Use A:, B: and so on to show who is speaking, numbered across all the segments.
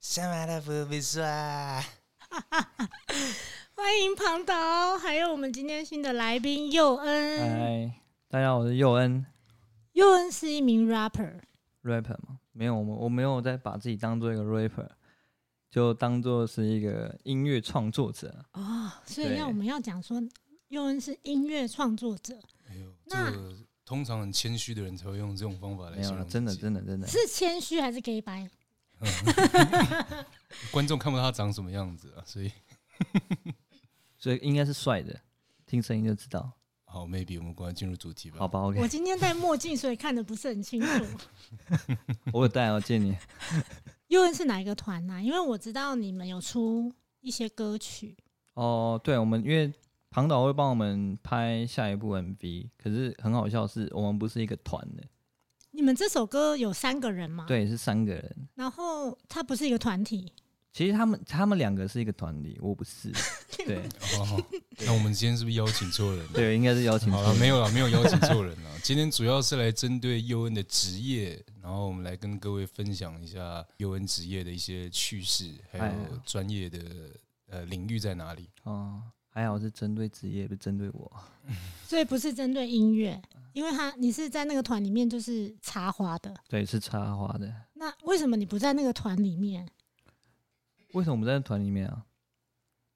A: 什么都不必说。
B: 欢迎庞导，还有我们今天新的来宾佑恩。
C: 嗨，大家好，我是佑恩
B: 佑恩是一名 rapper，
C: ，rapper 嘛，没有，我们我没有在把自己当做一个 rapper，就当做是一个音乐创作者。
B: 哦，所以
C: 对
B: 要我们要讲说，佑恩是音乐创作者，
D: 哎呦，这
B: 那
D: 个通常很谦虚的人才会用这种方法来
C: 没有
D: 形
C: 了，
D: 容。
C: 真的，真的，真的，
B: 是谦虚还是 gay 白？
D: 的，观众看不到他长什么样子啊，所以
C: 所以应该是帅的，听声音就知道。
D: 好，maybe 我们赶快进入主题吧。
C: 好吧，OK，
B: 我今天戴墨镜，所以看的不是很清 楚。
C: 我有带，我借你。
B: 佑恩是哪一个团啊呢、因为我知道你们有出一些歌曲，
C: 哦，对，我们因为庞导会帮我们拍下一部 MV，可是很好笑的是，我们不是一个团的，
B: 你们这首歌有三个人吗？。
C: 对，是三个人。
B: 然后它不是一个团体，
C: 其实他们他们两个是一个团体，我不是。 对
D: 哦，好那我们今天是不是邀请错人了？
C: 对，应该是邀请
D: 好
C: 错
D: 了，
C: 人
D: 没有了，没有邀请错人了。 今天主要是来针对佑恩的职业，然后我们来跟各位分享一下佑恩职业的一些趣事，还
C: 哎
D: 有专业的呃领域在哪里。
C: 哦，还好是针对职业，不是针对我。
B: 所以不是针对音乐，因为他你是在那个团里面就是插花的。
C: 对，是插花的。
B: 那为什么你不在那个团里面？
C: 为什么我们在团里面啊？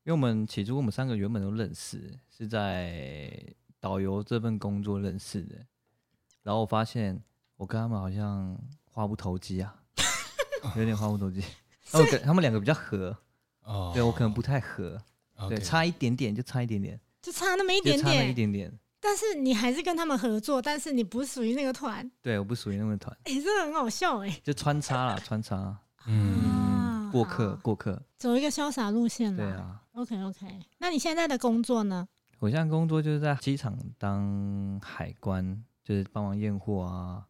C: 因为我们起初我们三个原本都认识，是在导游这份工作认识的。然后我发现我跟他们好像话不投机啊，有点话 不投机。他们跟他们两个比较合，
D: 哦，
C: 对我可能不太合，
D: OK
C: 对，差一点点就差一点点，
B: 就差那么哦一
C: 就
B: 点
C: 差那
B: 点，
C: 一点点。
B: 但是你还是跟他们合作，但是你不属于那个团，
C: 对，我不属于那个团，
B: 哎、这个很好笑哎、
C: 就穿插啦，穿插
D: 嗯，
B: 啊
C: 过客，
B: 好嗯
C: 过客。
B: 走一个潇洒路线啦。
C: 对啊，
B: OK OK，那你现在的工作呢？
C: 我现在工作就是在机场当海关，就是帮忙验货啊，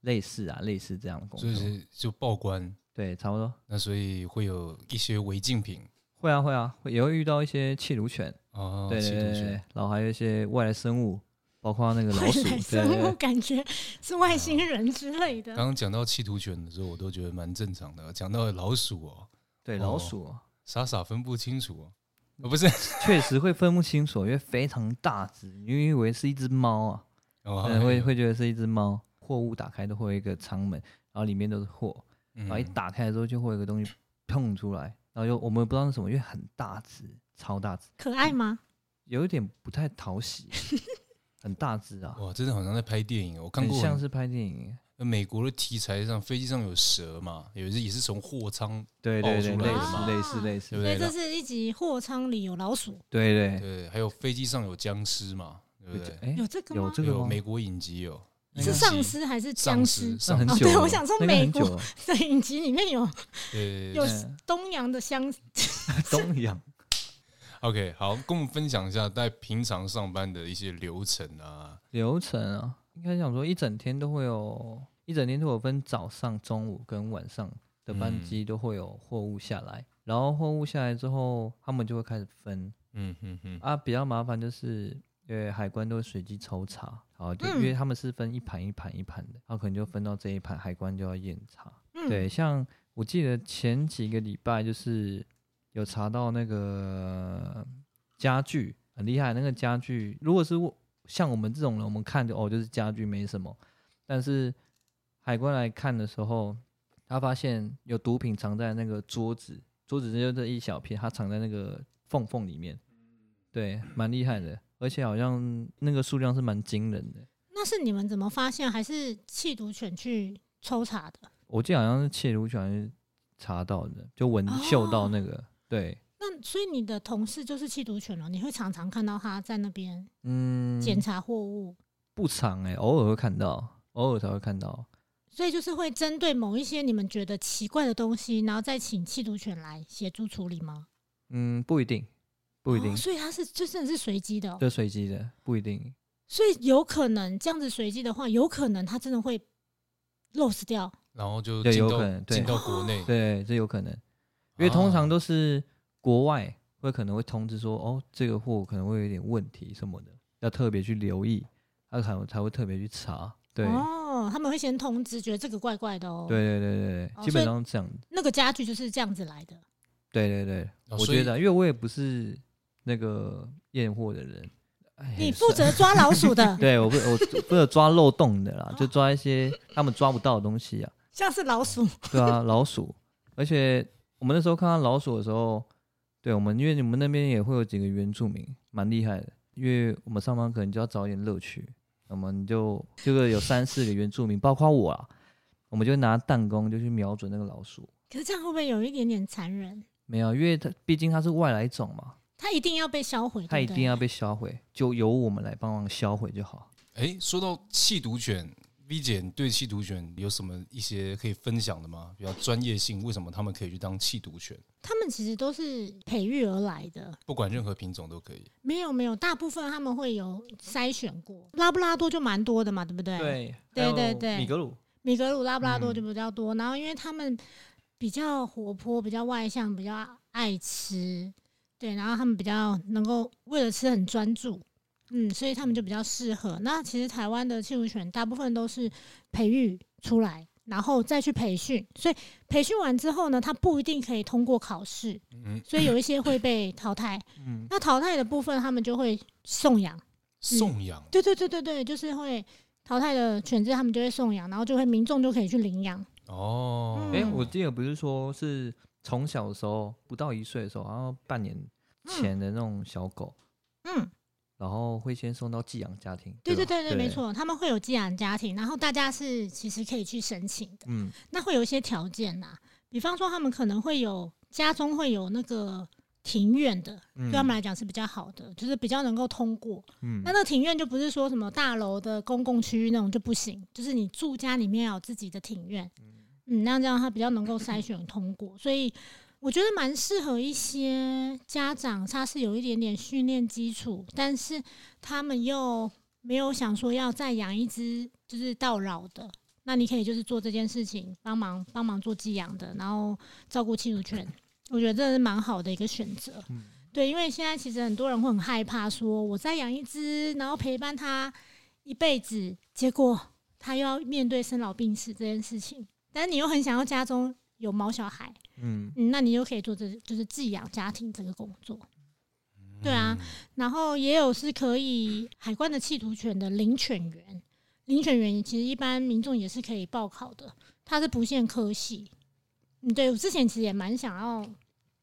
C: 类似啊，类似这样的工作。
D: 就是就报关，
C: 对，差不多。
D: 那所以会有一些违禁品
C: 会啊，会啊，会也会遇到一些弃乳犬，
D: 哦，
C: 对
D: 吸
C: 对
D: 毒
C: 对
D: 犬
C: 对，然后还有一些外来生物，包括那个老
B: 外
C: 鼠，
B: 来
C: 对
B: 生
C: 对啊
B: 物
C: 对
B: 感觉是外星人之类的。
D: 刚刚讲到弃徒犬的时候，我都觉得蛮正常的。讲到老鼠哦，
C: 对，
D: 哦
C: 老鼠哦
D: 傻傻分不清楚哦，
B: 嗯
D: 哦不是，
C: 确实会分不清楚，因为非常大只，你以为是一只猫啊，
D: 哦
C: 嗯，会会觉得是一只猫。货物打开都会有一个舱门，然后里面都是货，
D: 嗯
C: 然后一打开的时候就会有一个东西碰出来，然后就我们不知道是什么，因为很大只，超大只，
B: 可爱吗？
C: 有一点不太讨 喜，很大只啊，
D: 哇，真的好像在拍电影哦。我看
C: 很
D: 过
C: 像
D: 很
C: 是拍电影，
D: 美国的题材上，飞机上有蛇嘛，有一只也是从货舱，
C: 对
D: 爆
C: 对对，
D: 出来
C: 类
D: 的
C: 似
B: 嘛
C: 类似类
D: 对不
C: 似，
B: 所以
D: 对？
B: 这是一集货仓里有老鼠，
C: 对对，
D: 对，还有飞机上有僵尸嘛，对不对？
C: 哎，
B: 有这个
C: 有
B: 吗？
C: 这个
D: 有
C: 吗
D: 美国影集有，嗯
C: 那
B: 是
C: 个
B: 丧尸还是僵
D: 丧
B: 尸
D: 尸，？
C: 那很
D: 丧
B: 哦
D: 尸，
C: 久
B: 对
C: 了，
B: 我想说
C: 那个很
B: 美 国
C: 久了
B: 摄影集里面有
D: 对对
B: 有
D: 对
C: 嗯
B: 东洋的僵尸，
C: 东阳，
D: ，OK，好，跟我们分享一下在平常上班的一些流程啊。
C: 流程啊，应该想说一整天都会有，一整天都有分早上、中午跟晚上的班
D: 嗯
C: 机都会有货物下来，然后货物下来之后，他们就会开始分
D: 嗯嗯嗯，
C: 啊，比较麻烦就是。因为海关都会随机抽查，好，就因为他们是分一盘一盘一盘的，他可能就分到这一盘，海关就要验查。
B: 嗯，
C: 对，像我记得前几个礼拜就是有查到那个家具很厉害，那个家具如果是我像我们这种人，我们看就哦就是家具没什么，但是海关来看的时候，他发现有毒品藏在那个桌子，桌子就这一小片，它藏在那个缝缝里面，对，蛮厉害的，而且好像那个数量是蛮惊人的。
B: 那是你们怎么发现？还是弃毒犬去抽查的？
C: 我记得好像是窃毒犬查到的，就闻
B: 哦
C: 嗅到那个、对。
B: 那所以你的同事就是弃毒犬了，哦你会常常看到他在那边
C: 嗯，
B: 检查货物，
C: 不长哎、偶尔会看到，偶尔才会看到。
B: 所以就是会针对某一些你们觉得奇怪的东西，然后再请弃毒犬来协助处理吗？
C: 嗯，不一定，不一定，
B: 哦所以它是就真的是随机的哦、
C: 这随机的，不一定。
B: 所以有可能这样子随机的话，有可能它真的会 lose 掉。
D: 然后就
C: 对
D: 进
C: 有
D: 到
C: 可能对
D: 进到国内，
C: 对，这有可能，因为通常
D: 啊
C: 都是国外会可能会通知说，哦，这个货可能会有点问题什么的，要特别去留意，他才才会特别去查。对
B: 哦，他们会先通知，觉得这个怪怪的哦。，
C: 对对对
B: 哦
C: 对，基
B: 所以
C: 本上这样子。
B: 那个家具就是这样子来的。
C: 对对对，
D: 哦
C: 我
D: 所以
C: 觉得啊，因为我也不是那个验货的人，哎
B: 你
C: 也
B: 负
C: 算，
B: 责抓老鼠的
C: 对我不我不能抓漏洞的啦，就抓一些 他们抓不到的东西啊，
B: 像是老鼠，
C: 对啊，老鼠，而且我们那时候看到老鼠的时候，对我们因为你们那边也会有几个原住民，蛮厉害的，因为我们上班可能就要找一点乐趣，我们就就是有三四个原住民，包括我啊，我们就拿弹弓就去瞄准那个老鼠，
B: 可是这样会不会有一点点残忍？
C: 没有，因为它毕竟它是外来种嘛，
B: 它一定要被销毁，
C: 它
B: 对
C: 一
B: 不对
C: 定要被销毁，就由我们来帮忙销毁就好。
D: 哎，说到弃毒犬，V 姐你对弃毒犬有什么一些可以分享的吗？比较专业性，为什么他们可以去当弃毒犬？
B: 他们其实都是培育而来的，
D: 不管任何品种都可以。
B: 没有没有，大部分他们会有筛选过，拉布拉多就蛮多的嘛，对不对？，对
C: 还有
B: 对对
C: 米格鲁，
B: 米格鲁、拉布拉多
C: 嗯
B: 就比较多，然后因为他们比较活泼、比较外向、比较爱吃，对，然后他们比较能够为了吃很专注，嗯，所以他们就比较适合。那其实台湾的弃乳犬大部分都是培育出来，然后再去培训，所以培训完之后呢，它不一定可以通过考试，
D: 嗯，
B: 所以有一些会被淘汰。
C: 嗯，
B: 那淘汰的部分，他们就会送养。嗯
D: 送养
B: 对对对对对，就是会淘汰的犬只，他们就会送养，然后就会民众就可以去领养。
D: 哦，
C: 哎、
B: 嗯
C: 我记得不是说是从小的时候不到一岁的时候，然后半年前的那种小狗，
B: 嗯，
C: 然后会先送到寄养家庭。
B: 对对
C: 对吧
B: 对对，没。错，他们会有寄养家庭，然后大家是其实可以去申请的。
C: 嗯，
B: 那会有一些条件呐、比方说他们可能会有家中会有那个庭院的，
C: 对
B: 对他们来讲是比较好的，就是比较能够通过。
C: 嗯，
B: 那那庭院就不是说什么大楼的公共区域那种就不行，就是你住家里面要有自己的庭院，嗯，那这样它比较能够筛选通过，所以我觉得蛮适合一些家长，他是有一点点训练基础，但是他们又没有想说要再养一只就是到老的。那你可以就是做这件事情，帮忙帮忙做寄养的，然后照顾弃乳犬，我觉得这是蛮好的一个选择。
C: 嗯
B: 对，因为现在其实很多人会很害怕，说我再养一只，然后陪伴它一辈子，结果它又要面对生老病死这件事情。但是你又很想要家中有毛小孩，
C: 嗯
B: 嗯，那你就可以做这就是寄养家庭这个工作。对啊，
D: 嗯
B: 然后也有是可以海关的弃毒犬的领犬员，领犬员其实一般民众也是可以报考的，它是不限科系。嗯，对我之前其实也蛮想要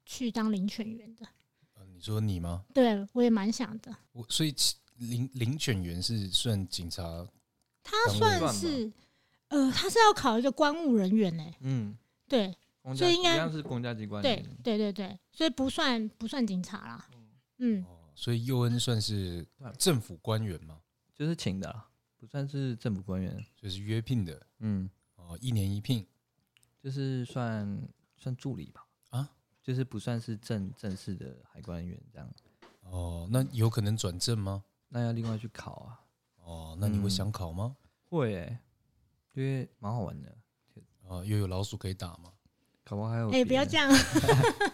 B: 去当领犬员的，
D: 呃你说你吗？
B: 对我也蛮想的。
D: 我所以其领领犬员是算警察哦
B: 他
D: 单位
B: 算是，呃，他是要考一个公务人员呢、
C: 嗯，
B: 对
C: 公
B: 所
C: 家
B: 以应该
C: 一样是公家机关。
B: 对，对对对，所以不算不算警察啦，嗯，
D: 哦，所以佑恩算是政府官员嘛，
C: 就是请的啦，不算是政府官员。
D: 就是约聘的
C: 嗯，
D: 哦，一年一聘
C: 就是算算助理吧。
D: 啊，
C: 就是不算是正正式的海关员这样，
D: 哦，那有可能转正吗？
C: 那要另外去考啊。
D: 哦，那你会
C: 嗯
D: 想考吗？
C: 会诶、因为蛮好玩的，
D: 啊，又有老鼠可以打吗？
C: 搞不好还有
B: 哎、
C: 别哦
B: 不要
C: 的
B: 这样，
C: 搞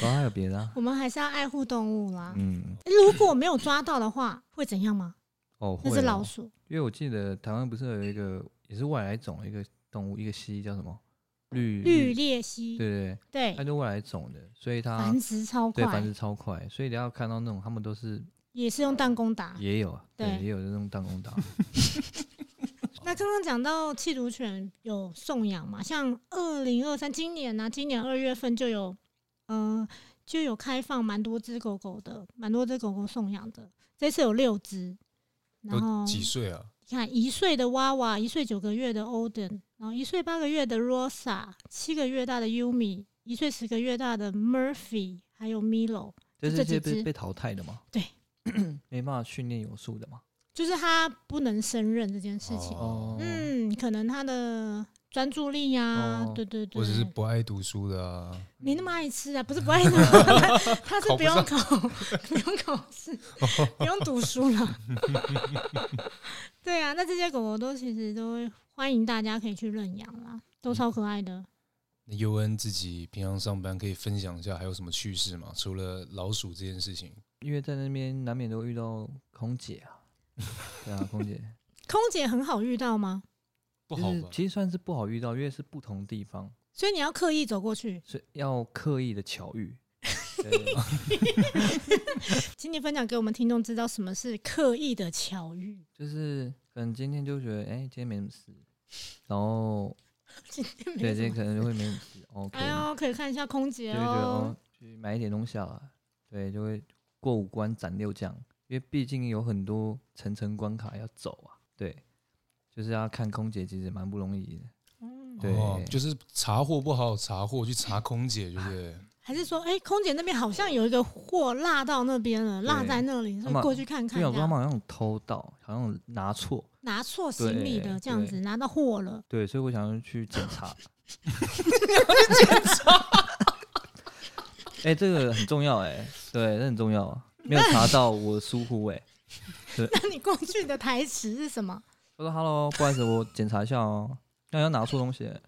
C: 不好还有别 的、啊。
B: 我们还是要爱护动物啦。
C: 嗯，
B: 诶如果没有抓到的话，会怎样吗？
C: 哦，
B: 那
C: 会
B: 是
C: 哦
B: 老鼠，
C: 因为我记得台湾不是有一个也是外来种的一个动物，一个蜥蜴叫什么绿
B: 绿
C: 绿，
B: 鬣蜥，
C: 对对
B: 对
C: 对，它，就外来种的，所以它
B: 繁殖超
C: 对繁
B: 快，
C: 殖超快，所以你要看到那种他们都是
B: 也是用弹弓打。
C: 也有啊，对
B: 对
C: 也有那种弹 弓打，
B: 那刚刚讲到弃毒犬有送养嘛，像二零二三今年呢、今年二月份就有，嗯、就有开放蛮多只狗狗的，蛮多只狗狗送养的，这次有六只，然后
D: 都几岁啊？
B: 你看一岁的娃娃，一岁九个月的 Odin，然后一岁八个月的 Rosa，七个月大的 Yumi，一岁十个月大的 Murphy，还有 Milo，这
C: 就是这
B: 几
C: 些
B: 只
C: 被被淘汰的嘛，
B: 对，
C: 没办法训练有素的嘛，
B: 就是它不能胜任这件事情，
D: 哦，
B: 嗯，可能它的专注力呀、
C: 哦
B: 对对对，
D: 或者是不爱读书的啊？
B: 没那么爱吃啊，不是不爱吃，他 他是
D: 考
B: 不
D: 不
B: 用
D: 上
B: 考， 不用考试，不用读书了。 对啊，那这些狗狗都其实都会欢迎大家可以去认养啦，都超可爱的。
D: 那尤恩自己平常上班可以分享一下还有什么趣事吗？除了老鼠这件事情，
C: 因为在那边难免都会遇到空姐啊，对啊，空姐
B: 空姐很好遇到吗？
D: 不
C: 就
D: 好
C: 是
D: 吧？
C: 其实算是不好遇到，因为是不同地方，
B: 所以你要刻意走过去，
C: 所以要刻意的巧 遇。对
B: 请你分享给我们听众知道什么是刻意的巧遇。
C: 就是可能今天就觉得，哎、今天没什么事，然后
B: 今天没什
C: 对，今天
B: 么。
C: 可能就会没什 么事，OK，
B: 哎呦，可以看一下空姐
C: 就会觉得
B: 哦
C: 哦。，去买一点东西好了，对，就会过五关斩六将，因为毕竟有很多层层关卡要走啊，对，就是要看空姐其实蛮不容易的，
B: 嗯
C: 对
D: 哦就是查货不好好查货，去查空姐，对不对？
B: 还是说，哎、空姐那边好像有一个货落到那边了，
C: 对
B: 落在那里，所以
C: 他们
B: 过去看
C: 因
B: 看
C: 为我
B: 这
C: 知道
B: 样。
C: 他们好像有偷盗，好像有拿错，
B: 拿错行李的
C: 对
B: 这样子，
C: 对
B: 拿到货了，
C: 对，所以我想要去检查。 哎、这个很重要哎、对，这很重要啊，没有查到我疏忽哎、
B: 那你过去的台词是什 么？
C: 我说 “hello，不好意思，我检查一下哦，那要拿错东西了。”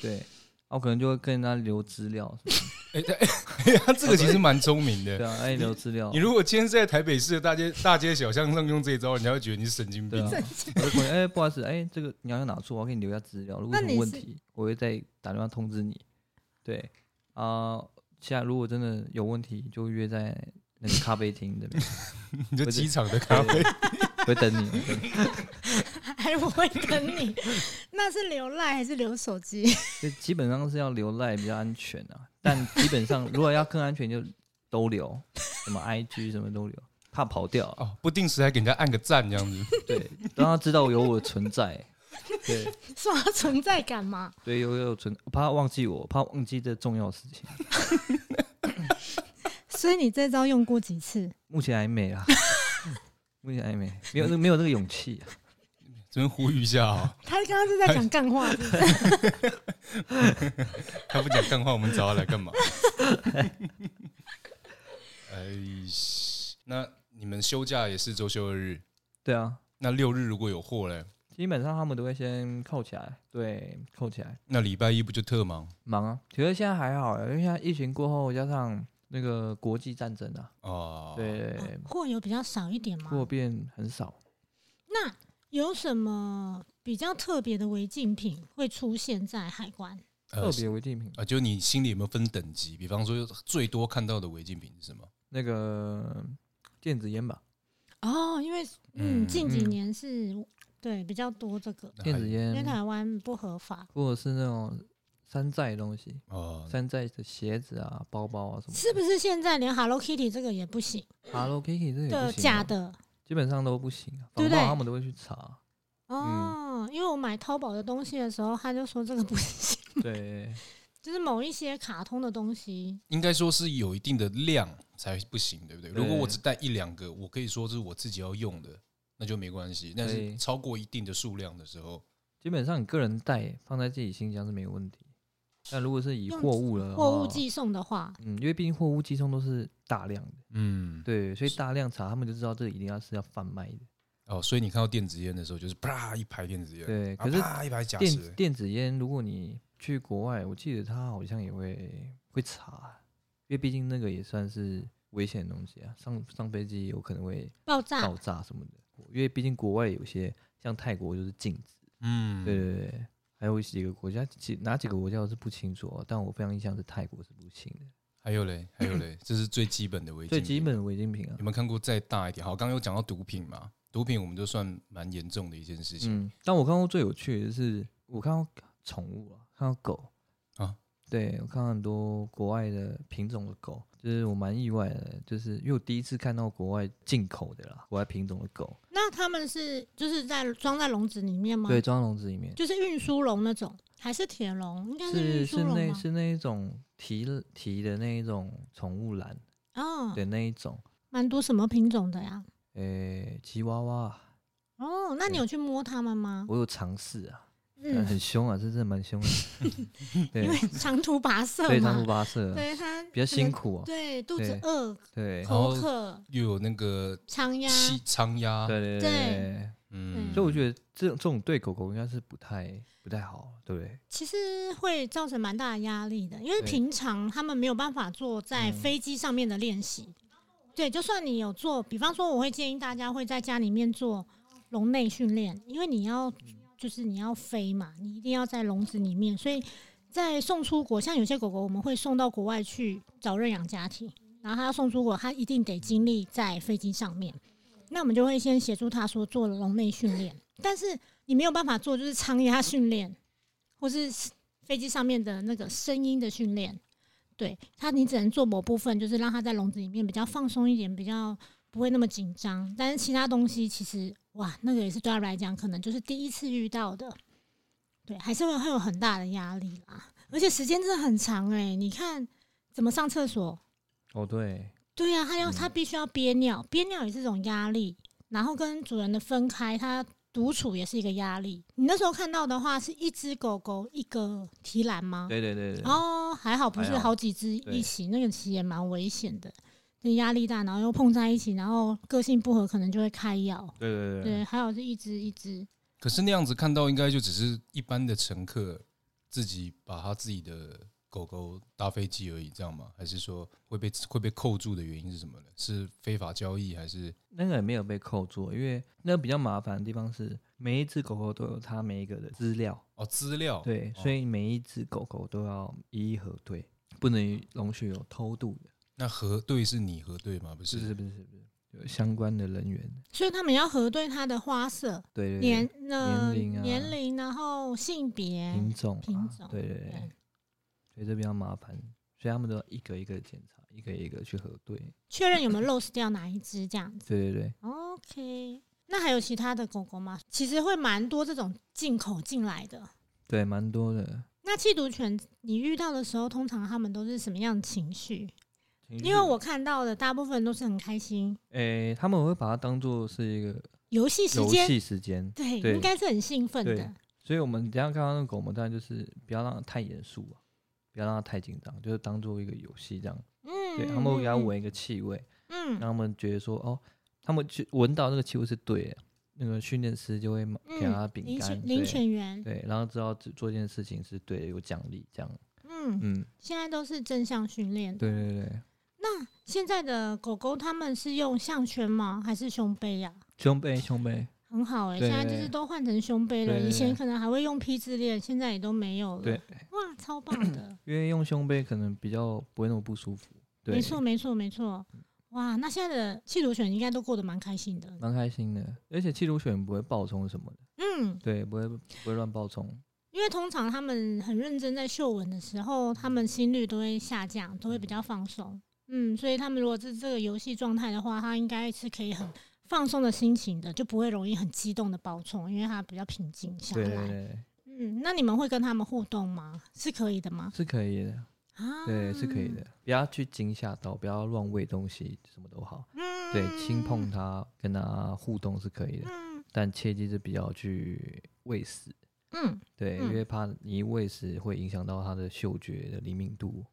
C: 对，然后可能就会跟人家留资料什么
D: 哎，哎哎他这个其实蛮聪明
C: 的，对
D: 的。
C: 啊，哎，留资料
D: 你，如果今天是在台北市的大街大街小巷上用这一招，人家会觉得你是神经
C: 对
D: 病
C: 啊。，我就过去哎，不好意思，哎，这个你好像拿错，我要给你留下资料，如果
B: 那
C: 有什
B: 你
C: 么问
B: 是
C: 题，我会再打电话通知你。对啊、现在如果真的有问题，就约在那个咖啡厅这边，
D: 你就
C: 不是
D: 机场的咖啡，
C: 我会等你。我会等你
B: 还我会等你。 那是留赖还是留手机？
C: 就基本上是要留赖比较安全啊，但基本上如果要更安全，就都留，什么 IG 什么都留，怕跑掉啊。
D: 哦，不定时还给人家按个赞这样子。
C: 对，让他知道有我的存在。对
B: 刷存在感嘛？
C: 对，有有存，怕他忘记我，怕忘记这重要的事情。
B: 所以你这招用过几次？
C: 目前还没啊，目前还没，没有那没有那个勇气、啊。
D: 这边呼吁一下啊，
B: 他刚刚是在讲干话是不是，
D: 他不讲干话，我们找他来干嘛？ 哎，那你们休假也是周休二日，
C: 对啊，
D: 那六日如果有货嘞，
C: 基本上他们都会先扣起来，对，扣起来
D: 那礼拜一不就特忙
C: 忙啊。其实现在还好、因为现在疫情过后，加上那个国际战争啊，
D: 哦？，
C: 对，
B: 货有比较少一点
C: 货
B: 吗？
C: 变很少。
B: 那有什么比较特别的违禁品会出现在海关？
D: 呃
C: 特别违禁品，
D: 啊，就你心里有没有分等级？比方说，最多看到的违禁品是什么？
C: 那个电子烟吧，
B: 哦，因为嗯，
D: 嗯
B: 近几
C: 嗯
B: 年是、对比较多这个，
D: 哎
C: 电子
B: 因为
C: 烟，
B: 台湾不合法，
C: 或者是那种山寨的东西，
D: 哦，
C: 山寨的鞋子啊、包包啊什么的。
B: 是不是现在连 Hello Kitty 这个也不行
C: Hello Kitty 这个也不
B: 的
C: 行
B: 假
C: 啊，
B: 的？
C: 基本上都不行啊。
B: 对
C: 防
B: 不
C: 爆
B: 对
C: 他们都会去查，
B: 哦，因为我买淘宝的东西的时候，他就说这个不行，
C: 对，
B: 就是某一些卡通的东西，
D: 应该说是有一定的量才不行，对不对？
C: 对
D: 如果我只带一两个，我可以说是我自己要用的，那就没关系。但是
C: 对
D: 超过一定的数量的时候，
C: 基本上你个人带放在自己信箱是没有问题。但如果是以
B: 用
C: 货物了，
B: 货物，寄送的话，
C: 嗯，因为毕竟货物寄送都是大量的，
D: 嗯，
C: 对，所以大量查他们就知道这一定要是要贩卖的，
D: 哦，所以你看到电子烟的时候，就是啪一排电子烟，
C: 对。
D: 啊
C: 可是
D: 啪一排假
C: 电
D: 石，
C: 电子烟，如果你去国外，我记得他好像也会会查，因为毕竟那个也算是危险的东西啊，上上飞机有可能会
B: 爆炸
C: 爆炸什么的。因为毕竟国外有些像泰国就是禁止，
D: 嗯，
C: 对对对，还有几个国家，几哪几个国家我是不清楚、哦，但我非常印象是泰国是不行的，
D: 还有嘞，还有嘞，这是最基本的违禁
C: 最
D: 品。
C: 基本的违禁品啊
D: 有。没有看过再大一点？好，刚刚有讲到毒品嘛，毒品我们就算蛮严重的一件事情。
C: 嗯，但我看过最有趣的是，我看到宠物啊，看到狗
D: 啊，
C: 对我看到很多国外的品种的狗，就是我蛮意外的，就是因为我第一次看到国外进口的啦，国外品种的狗，
B: 那他们是就是在装在笼子里面吗？
C: 对，，装笼子里面
B: 就是运输笼那种，还是铁笼？应该
C: 是
B: 运输
C: 是
B: 笼
C: 那
B: 吧？
C: 是那一种提提的那一种宠物栏
B: 哦，
C: 的那一种，
B: 蛮多什么品种的呀？
C: 诶、吉娃娃啊，
B: 哦，那你
C: 对
B: 有去摸它们吗？
C: 我有尝试啊，但
B: 嗯，
C: 很凶啊，这真的 蛮凶的，对
B: 因为，长途跋涉
C: 非常
B: 嘛
C: 不，巴适啊，
B: 对它
C: 比较辛
B: 苦，
C: 苦啊，
B: 对肚子
C: 对
B: 饿、
C: 对
D: 然后
B: 口渴、
D: 又有那个
B: 苍鸦，
D: 气仓压，
C: 对对
B: 对
C: 对。
D: 嗯，
C: 所以我觉得这这种对狗狗应该是不太不太好，对不对？
B: 其实会造成蛮大的压力的，因为
C: 对
B: 平常他们没有办法做在
C: 嗯
B: 飞机上面的练习。对，就算你有做，比方说，我会建议大家会在家里面做笼内训练，因为你要就是你要飞嘛，你一定要在笼子里面，所以在送出国，像有些狗狗我们会送到国外去找认养家庭，然后它要送出国，它一定得经历在飞机上面。那我们就会先协助他说做笼内训练，但是你没有办法做就是仓压训练，或是飞机上面的那个声音的训练。对它，你只能做某部分，就是让它在笼子里面比较放松一点，比较不会那么紧张。但是其他东西其实哇，那个也是对他们来讲，可能就是第一次遇到的，对，还是会会有很大的压力啦。而且时间真的很长诶、你看怎么上厕所，
C: 哦，对，
B: 对呀、啊，他要
C: 嗯
B: 他必须要憋尿，憋尿也是一种压力，然后跟主人的分开，他独处也是一个压力。你那时候看到的话，是一只狗狗一个提篮吗？
C: 对对对对，
B: 哦，还好不
C: 还
B: 是
C: 好
B: 好几只一
C: 对
B: 起，那个其实也蛮危险的，那压力大，然后又碰在一起，然后个性不合，可能就会开咬。
C: 对对啊
B: 对，还好是一只一只，
D: 可是那样子看到，应该就只是一般的乘客自己把他自己的狗狗搭飞机而已，这样吗？还是说会被会被扣住的原因是什么呢？是非法交易还是？
C: 那个也没有被扣住，因为那比较麻烦的地方是，每一只狗狗都有它每一个的资料，
D: 哦，资料
C: 对，
D: 哦
C: 所以每一只狗狗都要一一核对，不能容许有偷渡的，
D: 那核对是你核对吗？不
C: 不
D: 是，
C: 是不是不是，有相关的人员，
B: 所以他们要核对它的花色、
C: 对对
B: 年
C: 对，
B: 呃
C: 年龄啊
B: 年龄，然后性别、
C: 品种啊
B: 品种
C: 对对对，
B: 对
C: 所以这比较麻烦，所以他们都要一个一个检查，一个一个去核对，
B: 确认有没有 lose 掉哪一只这样子。
C: 对对对，
B: OK，那还有其他的狗狗吗？其实会蛮多这种进口进来的。
C: 对，蛮多的。
B: 那弃毒犬，你遇到的时候，通常它们都是什么样的情绪？因
C: 因
B: 为我看到的大部分都是很开心，
C: 诶、他们会把它当做是一个
B: 游戏时
C: 游
B: 间，
C: 戏时间，
B: 对，
C: 对
B: 应该是很兴奋的
C: 对。所以我们等一下看到那个狗，我们当然就是不要让它太严肃啊，不要让它太紧张，就是当做一个游戏这样。
B: 嗯，
C: 对，他们会给它
B: 嗯，
C: 闻一个气味，
B: 嗯
C: 让他们觉得说，哦，他们去闻到那个气味是对的，那个训练师就会买
B: 嗯，
C: 给它饼
B: 领
C: 干，
B: 犬领
C: 对
B: 犬员，
C: 对，然后知道做做一件事情是对的，有奖励这样。
B: 嗯，
C: 嗯，
B: 现在都是正向训练。
C: 对对对，
B: 那现在的狗狗它们是用项圈吗？还是胸背呀、
C: 胸背胸背，
B: 很好哎、
C: 对
B: 现在就是都换成胸背了，
C: 对对
B: 以
C: 对
B: 前可能还会用 P 字链，现在也都没有了。
C: 对，！
B: 哇，超棒的
C: 因为用胸背可能比较不会那么不舒服。 对，
B: 没错，没错，没错。哇，那现在的弃毒犬应该都过得蛮开心的。
C: 蛮开心的，而且气毒犬不会爆冲什么的，
B: 嗯，
C: 对，不会不会乱爆冲，
B: 因为通常他们很认真在嗅闻的时候，他们心率都会下降，都会比较放松。嗯，所以他们如果是这个游戏状态的话，他应该是可以很放松的心情的，就不会容易很激动的爆冲，因为他比较平静下
C: 对对
B: 来。
C: 对，
B: 嗯，那你们会跟他们互动吗？是可以的吗？
C: 是可以的，
B: 啊，
C: 对，是可以的，不要去惊吓到，不要乱喂东西，什么都好，
B: 嗯。
C: 对，轻碰它，跟它互动是可以的，
B: 嗯
C: 但切记是不要去喂食，
B: 嗯
C: 对，
B: 嗯
C: 因为怕你一喂食会影响到它的嗅觉的灵敏度，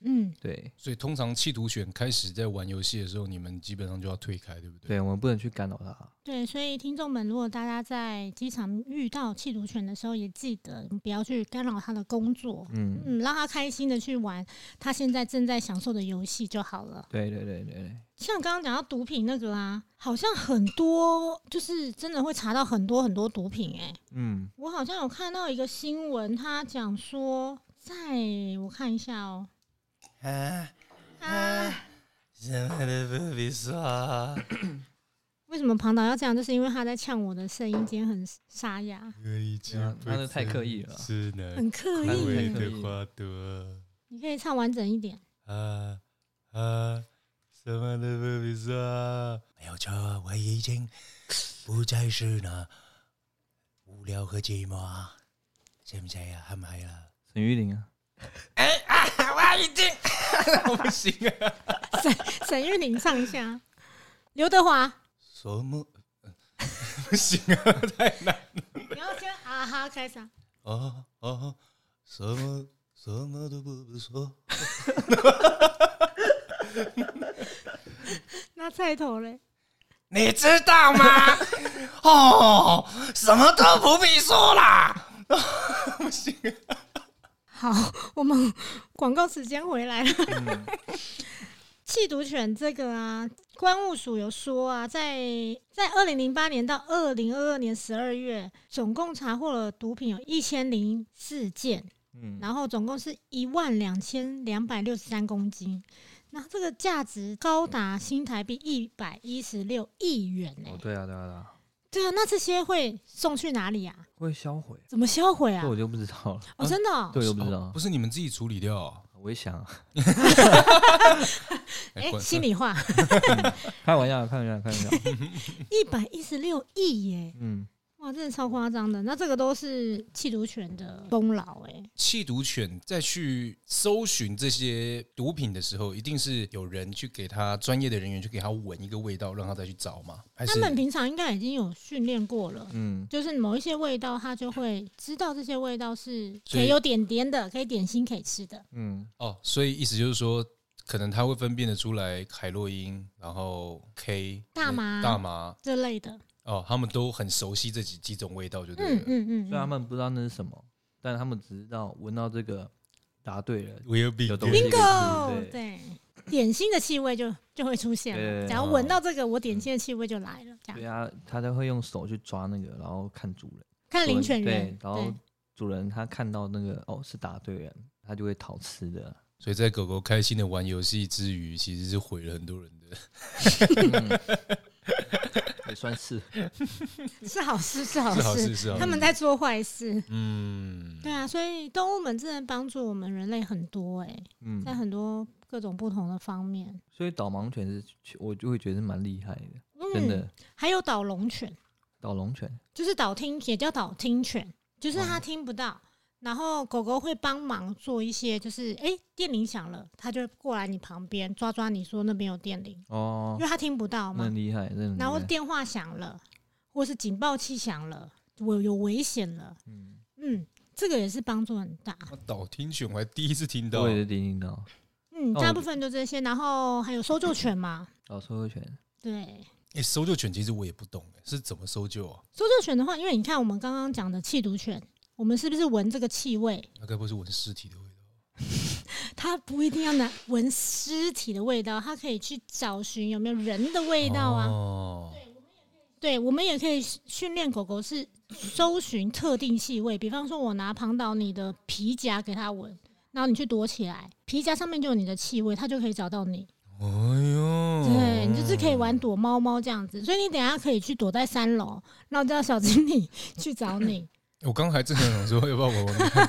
B: 嗯，
C: 对，
D: 所以通常弃毒犬开始在玩游戏的时候，你们基本上就要退开，对不对？
C: 对，我们不能去干扰它，
B: 对，所以听众们，如果大家在机场遇到弃毒犬的时候，也记得不要去干扰它的工作，
C: 嗯，
B: 嗯，让它开心的去玩它现在正在享受的游戏就好了。
C: 对对对对对，
B: 像刚刚讲到毒品那个啊，好像很多就是真的会查到很多很多毒品、欸，
C: 嗯，
B: 我好像有看到一个新闻，他讲说，在我看一下哦、
A: 啊，
B: 啊。
A: 什么都不必说。
B: 为什么庞导要这样？就是因为他在呛我的声音今天很沙哑，
A: 已
C: 对啊它是太刻意了啊，
A: 是那
B: 很刻
C: 太
B: 意。
C: 意
A: 贵
C: 了
A: 的花朵。
B: 你可以唱完整一点。
A: 啊啊，什么都不必说。没有错，我已经不再是那无聊和寂寞，是不是呀？他们还了。
C: 沈玉玲啊，
D: 我不行啊！
B: 沈玉玲唱一下， 刘德华，
A: 什么？
D: 不行啊，太难。
B: 你要先啊哈开场。
A: 啊啊，什么什么都不必说。
B: 那菜头嘞？
A: 你知道吗？哦，什么都不必说啦。
B: 好，我们广告时间回来了。弃缉毒犬这个啊，关务署有说啊，在在二零零八年到二零二二年十二月，总共查获了毒品有一千零四件，
C: 嗯，
B: 然后总共是一万两千两百六十三公斤，那这个价值高达新台币一百一十六亿元呢、
C: 哦，对啊，对啊，对啊，
B: 对啊，那这些会送去哪里啊？
C: 会销毁，
B: 怎么销毁啊
C: 这？我就不知道了，
D: 啊
B: 哦，真的、哦，
C: 这我就不知
D: 哦
C: 道
D: 不，是你们自己处理掉啊？
C: 我也想啊，
B: 哎、
D: 关
B: 心里话，
C: 开玩笑，开玩笑，开玩 笑，
B: 一百一十六亿耶！
C: 嗯，
B: 哇，真的超夸张的。那这个都是缉毒犬的功劳哎。
D: 缉毒犬在去搜寻这些毒品的时候，一定是有人去给他专业的人员去给他闻一个味道，让他再去找嘛？还
B: 他
D: 是
B: 们平常应该已经有训练过了，
C: 嗯，
B: 就是某一些味道，他就会知道这些味道是
D: 所
B: 可
D: 以
B: 以有点点的，可以点心可以吃的。
C: 嗯，
D: 哦？所以意思就是说，可能他会分辨得出来海洛因，然后 K
B: 大麻
D: 大麻
B: 这类的，
D: 哦，他们都很熟悉这几几种味道，就对
B: 嗯
D: 了。
B: 嗯嗯
C: 虽然他
B: 嗯，
C: 们不知道那是什么，但他们只知道闻到这个答对了，
D: Will be
C: 有
D: good
C: 东西可以吃
B: 够，
C: 对，
B: 对，点心的气味就就会出现了。
C: 对
B: 只要闻到这个，我点心的气味就来了。这
C: 对
B: 样
C: 啊，他才会用手去抓那个，然后看主人。
B: 看领犬
C: 对
B: 员，，
C: 然后
B: 对，
C: 主人他看到那个哦是答对人，他就会讨吃的。
D: 所以在狗狗开心的玩游戏之余，其实是毁了很多人的。
C: 嗯也 算是，
B: 是好事，哦是好
D: 是好
B: 事
D: 事，。是好
B: 他
D: 事。
B: 们在做坏事。
D: 嗯，
B: 对啊，所以动物们真的帮助我们人类很多哎、
C: 嗯，
B: 在很多各种不同的方面。
C: 所以导盲犬是，我就会觉得是蛮厉害的，
B: 嗯，
C: 真的。
B: 还有导聋犬，
C: 导龙犬，
B: 就是导听，也叫导听犬，就是它听不到，然后狗狗会帮忙做一些，就是哎、诶电铃响了，它就会过来你旁边抓抓你说那边有电铃，
C: 哦
B: 因，为它听不到
C: 那
B: 嘛
C: 很。厉害，真的
B: 然后
C: 很厉害。
B: 电话响了，或是警报器响了，我有危险了，
C: 嗯，
B: 嗯，这个也是帮助很大。
D: 啊导听犬我还第一次听到
C: 我，也是听到
B: 嗯，
C: 那
B: 大
C: 我
B: 部分就这些，然后还有搜救犬嘛，
C: 导搜救犬，
B: 对。
D: 哎，搜救犬其实我也不懂，诶是怎么搜救啊？
B: 搜救犬的话，因为你看我们刚刚讲的弃毒犬，我们是不是闻这个气味？
D: 那该不会是闻尸体的味道？
B: 它不一定要拿闻尸体的味道，它可以去找寻有没有人的味道啊。
D: 哦，
B: 对，我们也可以训练狗狗是搜寻特定气味，比方说我拿庞导你的皮夹给它闻，然后你去躲起来，皮夹上面就有你的气味，它就可以找到你。
D: 哎呦，
B: 对，你就是可以玩躲猫猫这样子，所以你等一下可以去躲在三楼，然后叫小经理 去找你，
D: 我刚还真的想说，要不要玩玩 看？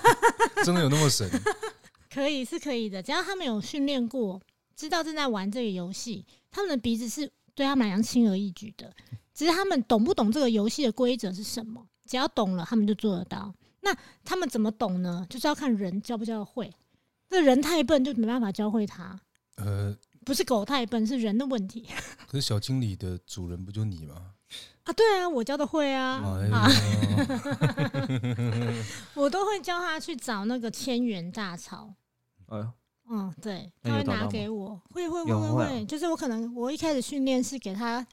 D: 真的有那么神？
B: 可以是可以的，只要他们有训练过，知道正在玩这个游戏，他们的鼻子是对他们来讲轻而易举的，只是他们懂不懂这个游戏的规则是什么，只要懂了，他们就做得到。那他们怎么懂呢？就是要看人教不教得会，这人太笨就没办法教会他，
D: 呃，
B: 不是狗太笨，是人的问题
D: 可是小经理的主人不就你吗？
B: 啊！对啊，我教的会啊，
D: 哎
B: 啊，
D: 呀，
B: 我都会教他去找那个千元大钞。
C: 哎呦，
B: 嗯，对，
C: 那
B: 他会
C: 有找
B: 拿
C: 到
B: 给我，会会会
C: 有
B: 会
C: 会啊
B: 会，就是我可能我一开始训练是给他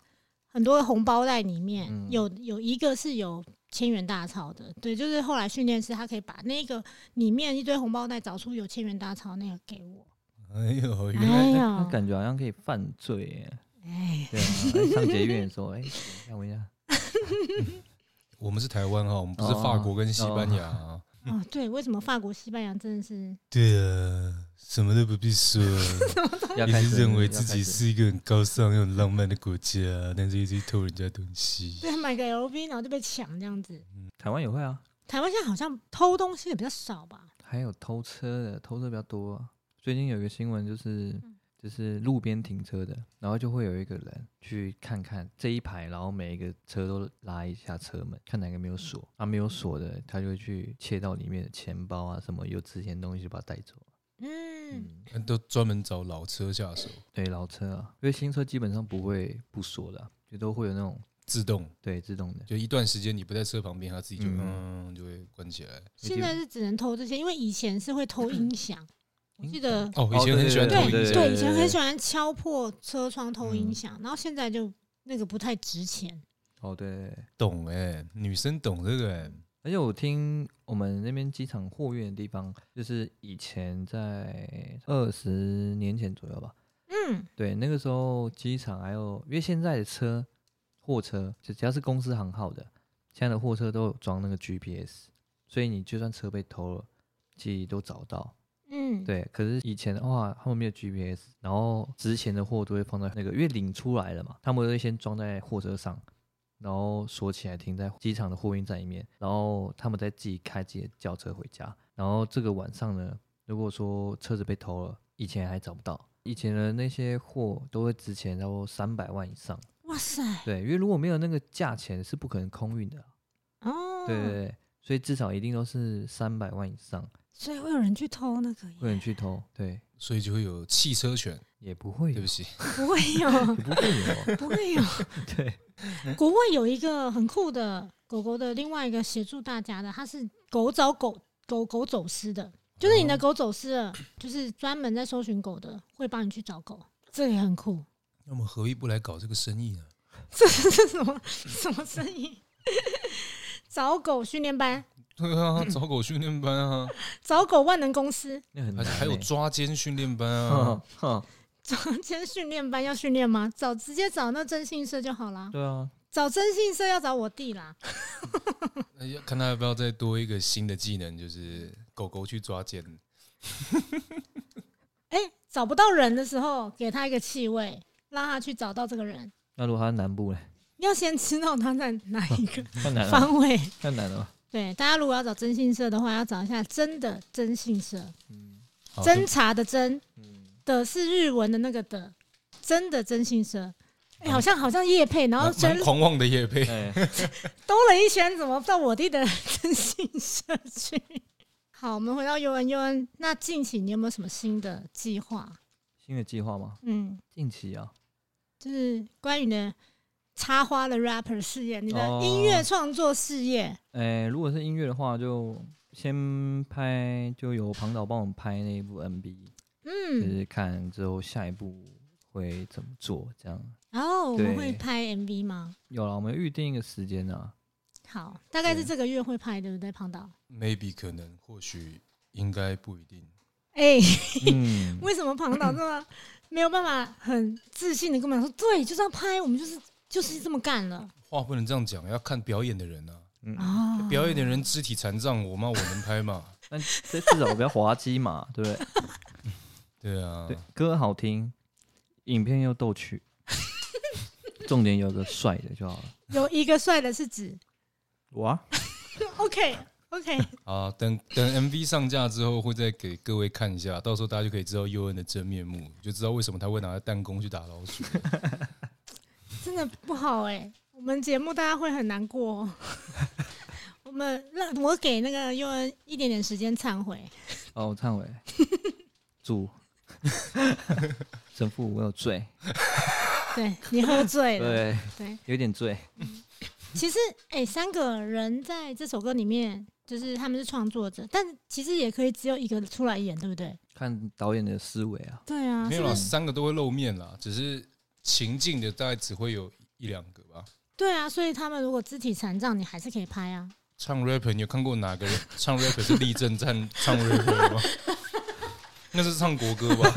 B: 很多的红包袋里面、
C: 嗯
B: 有有一个是有千元大钞的，对，就是后来训练师他可以把那个里面一堆红包袋找出有千元大钞那个给我，
D: 哎呦，原来
B: 哎
C: 那
B: 呀，
C: 感觉好像可以犯罪耶。
B: 哎，
C: 对啊，上捷运的时候，哎，看我一下，
D: 我们是台湾哈，我们不是法国跟西班牙啊。
B: 哦，对，为什么法国、西班牙真的是
A: 对啊，什么都不必 说，
C: 要
A: 一
C: 开
A: 直
C: 始
A: 认为
C: 要
A: 自
C: 开
A: 己
C: 始
A: 是一个很高尚又很浪漫的国家，但是一直偷人家东西。
B: 对买个 LV 然后就被抢这样子？
C: 台湾也会啊，
B: 台湾现在好像偷东西的比较少吧？
C: 还有偷车的，偷车比较多、啊。最近有一个新闻，就是就是路边停车的，然后就会有一个人去看看这一排，然后每一个车都拉一下车门，看哪个没有锁。啊，没有锁的，他就会去窃到里面的钱包啊，什么有值钱的东西就把它带走。
B: 嗯，
C: 嗯，
D: 都专门找老车下手，
C: 对，老车啊，因为新车基本上不会不锁的啊、就都会有那种
D: 自动
C: 对自动的。
D: 就一段时间你不在车旁边，它自己就
C: 嗯
D: 嗯就会关起来。
B: 现在是只能偷这些，因为以前是会偷音响，我记得。
D: 哦，
C: 哦
D: 以前很喜欢偷
B: 对
D: 音响，
B: 对，以前很喜欢敲破车窗偷音
C: 嗯
B: 响，然后现在就那个不太值钱。
C: 哦，对对对。
D: 懂哎，女生懂这个哎。
C: 而且我听我们那边机场货运的地方，就是以前在二十年前左右吧，
B: 嗯，
C: 对，那个时候机场还有，因为现在的车货车，只只要是公司行号的，现在的货车都有装那个 GPS，所以你就算车被偷了，其实都找到。
B: 嗯，
C: 对，可是以前的话，他们没有 GPS，然后值钱的货都会放在那个，因为领出来了嘛，他们都会先装在货车上，然后锁起来停在机场的货运站里面，然后他们再自己开自己的轿车回家。然后这个晚上呢，如果说车子被偷了，以前还找不到，以前的那些货都会值钱，然后三百万以上。
B: 哇塞，
C: 对，因为如果没有那个价钱，是不可能空运的啊。
D: 嗯
B: 哦，
C: 对对对，所以至少一定都是三百万以上，
B: 所以会有人去偷那个耶，
C: 不能去偷。对，
D: 所以就会有汽车权。
C: 也不会有，
D: 对不起，
B: 不会 有，
C: 也不会有啊。
B: 不会有。
C: 对，
B: 国外有一个很酷的狗狗的另外一个协助大家的，它是狗找狗狗狗走失的，就是你的狗走失了，就是专门在搜寻狗的，会帮你去找狗，这也很酷。
D: 那我们何必不来搞这个生意呢？
B: 这是这是什么 什么声音？ 找狗训练班，
D: 对啊，找狗训练班啊，
B: 找狗万能公司，
C: 那很
D: 还
C: 难、欸。
D: 还有抓奸训练班 啊
C: 哼，哼
B: 找间训练班要训练吗？找直接找那征信社就好啦。
C: 对啊，
B: 找征信社要找我弟啦。
D: 哎呀看他要不要再多一个新的技能，就是狗狗去抓奸。
B: 哎、找不到人的时候，给他一个气味，让他去找到这个人。
C: 那如果他是南部嘞，啊
B: 要先知道他在哪一 个
C: 太
D: 嗯
C: 难了，
B: 方位。
C: 太难了。
B: 对，大家如果要找征信社的话，要找一下真的征信社，
C: 嗯
D: 好
B: 侦查的侦
C: 嗯，
B: 的是日文的那个的，真的征信社。哎、好像好像叶配，然后
D: 嗯蛮
B: 啊真
D: 蛮狂妄的叶配，
C: 哎，
B: 兜了一圈，怎么到我弟的征信社去？ 好，我们回到尤恩，尤恩，那近期你有没有什么新的计划？
C: 新的计划吗？
B: 嗯，
C: 近期啊，
B: 就是关于你的插花的 rapper 事业，你的
C: 哦
B: 音乐创作事业。
C: 哎，如果是音乐的话，就先拍，就由庞导帮我们拍那一部 MV，就
B: 嗯，
C: 是看之后下一步会怎么做，这样。
B: 然后我们
C: 对
B: 会拍 MV 吗？
C: 有了，我们预定一个时间啊，
B: 好，大概是
C: 对
B: 这个月会拍，对不对，胖导？
D: maybe 可能或许应该不一定，
B: 哎、
C: 嗯，
B: 为什么庞导这么没有办法很自信的跟我们讲说，对，就是要拍，我们就是就是这么干了
D: 话不能这样讲，要看表演的人啊。
C: 嗯，
B: 啊？
D: 表演的人肢体残障，我妈我能拍吗？
C: 那这至少我不要滑稽嘛，对不对？
D: 对啊，
C: 对，歌好听，影片又逗趣，重点有个帅的就好了。
B: 有一个帅的是指
C: 我啊，
B: OK OK，
D: 啊，等等 MV 上架之后，会再给各位看一下，到时候大家就可以知道佑恩的真面目，就知道为什么他会拿着弹弓去打老鼠。
B: 真的不好哎、我们节目大家会很难过、 哦。我们让我给那个佑恩一点点时间忏悔。
C: 哦，我忏悔，主， 神父，我有罪，
B: 对你喝醉了。
C: 对，
B: 对，
C: 有点醉，
B: 其实哎、三个人在这首歌里面，就是他们是创作者，但其实也可以只有一个出来演，对不对？
C: 看导演的思维啊，
B: 对啊，
D: 没
B: 是
D: 有
B: 不
D: 啦，
B: 是？
D: 三个都会露面啦，只是情境的大概只会有一两个吧。
B: 对啊，所以他们如果肢体残障，你还是可以拍啊。
D: 唱 rapper，你有看过哪个人 唱 rapper 是立正站 唱 rapper 的吗？那是唱国歌吧？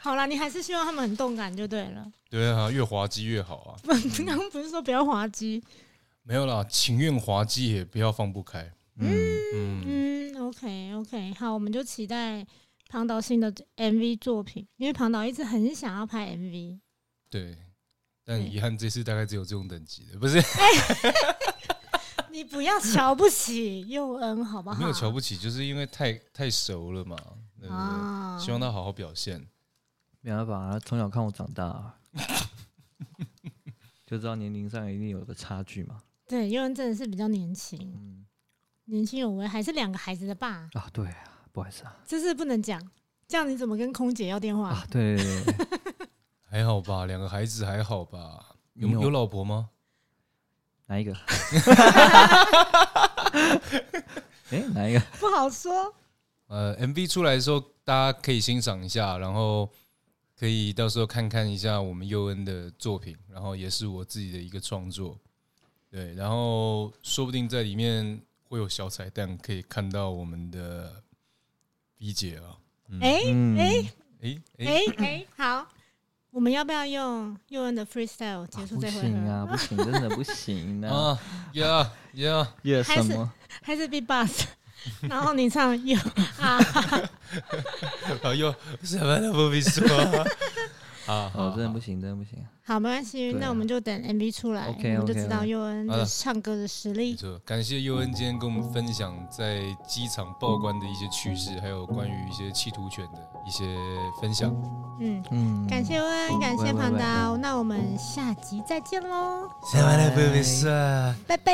B: 好啦，你还是希望他们很动感就对了。
D: 对啊，越滑稽越好啊。
B: 不，刚刚不是说不要滑稽？
D: 没有啦，情愿滑稽也不要放不开。
C: 嗯，
D: 嗯，
B: 嗯，OK OK，好，我们就期待庞导新的 MV 作品，因为庞导一直很想要拍 MV。
D: 对。但
B: 对
D: 遗憾，这次大概只有这种等级的，不是
B: 你不要瞧不起佑恩好不好？
D: 没有瞧不起，就是因为太太熟了嘛。对不对？
B: 啊
D: 希望他好好表现。
C: 没办法，他从小看我长大、啊 就知道年龄上一定有个差距嘛，
B: 对佑恩真的是比较年轻，
C: 嗯，
B: 年轻有为，还是两个孩子的爸，
C: 啊，对啊，不好意思啊，
B: 这是不能讲。这样你怎么跟空姐要电话？
C: 啊，对对对对，
D: 还好吧，两个孩子还好吧？有
C: 没有
D: 有老婆吗？
C: 哪一个？哎、哪一个？
B: 不好说。
D: 呃，MV 出来的时候，大家可以欣赏一下，然后可以到时候看看一下我们佑恩的作品，然后也是我自己的一个创作，对，然后说不定在里面会有小彩蛋，可以看到我们的 B 姐啊，
B: 哎
C: 嗯，
B: 哎
D: 哎哎，
B: 哎哎，好，我们要不要用佑恩的 freestyle
C: 啊
B: 结束
C: 不
B: 这回
C: 行
B: 合？ 哦
C: 啊，不行，真的不行啊！
D: 啊呀呀，
C: 也
B: 还
C: 什
B: 是
C: 么？
B: 还是 big boss，然 后你唱有啊，
A: 哎呦，什么都不必说，
D: 啊，
C: 哦，真的不行，真的不行。
B: 好，没关系，
C: 对啊
B: 那我们就等 MV 出来，我
C: OK，
B: 们就
C: OK，
B: 知道
C: OK
B: 佑恩
D: 好
B: 的
D: 的
B: 唱歌的实
D: 没
B: 力。
D: 错，感谢佑恩今天跟我们分享在机场报关的一些趣事，还有关于一些弃徒犬的一些分享。
B: 嗯，
C: 嗯，
B: 感谢佑恩，感谢
C: 喂喂
B: 庞
C: 喂
B: 导，那我们下集再见喽，
A: 什么都不必说。
B: 拜拜。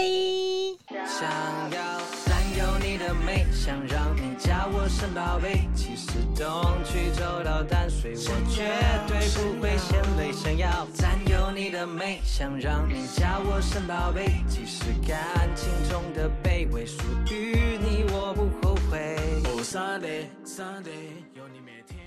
E: 想要占有你的美，想让你加我身宝贝。其实东去走到淡水，我绝对不会嫌累。想要占有你的美，想让你加我身宝贝。即使感情中的卑微，属于你我不后悔。哦，Sunday Sunday，有你每天。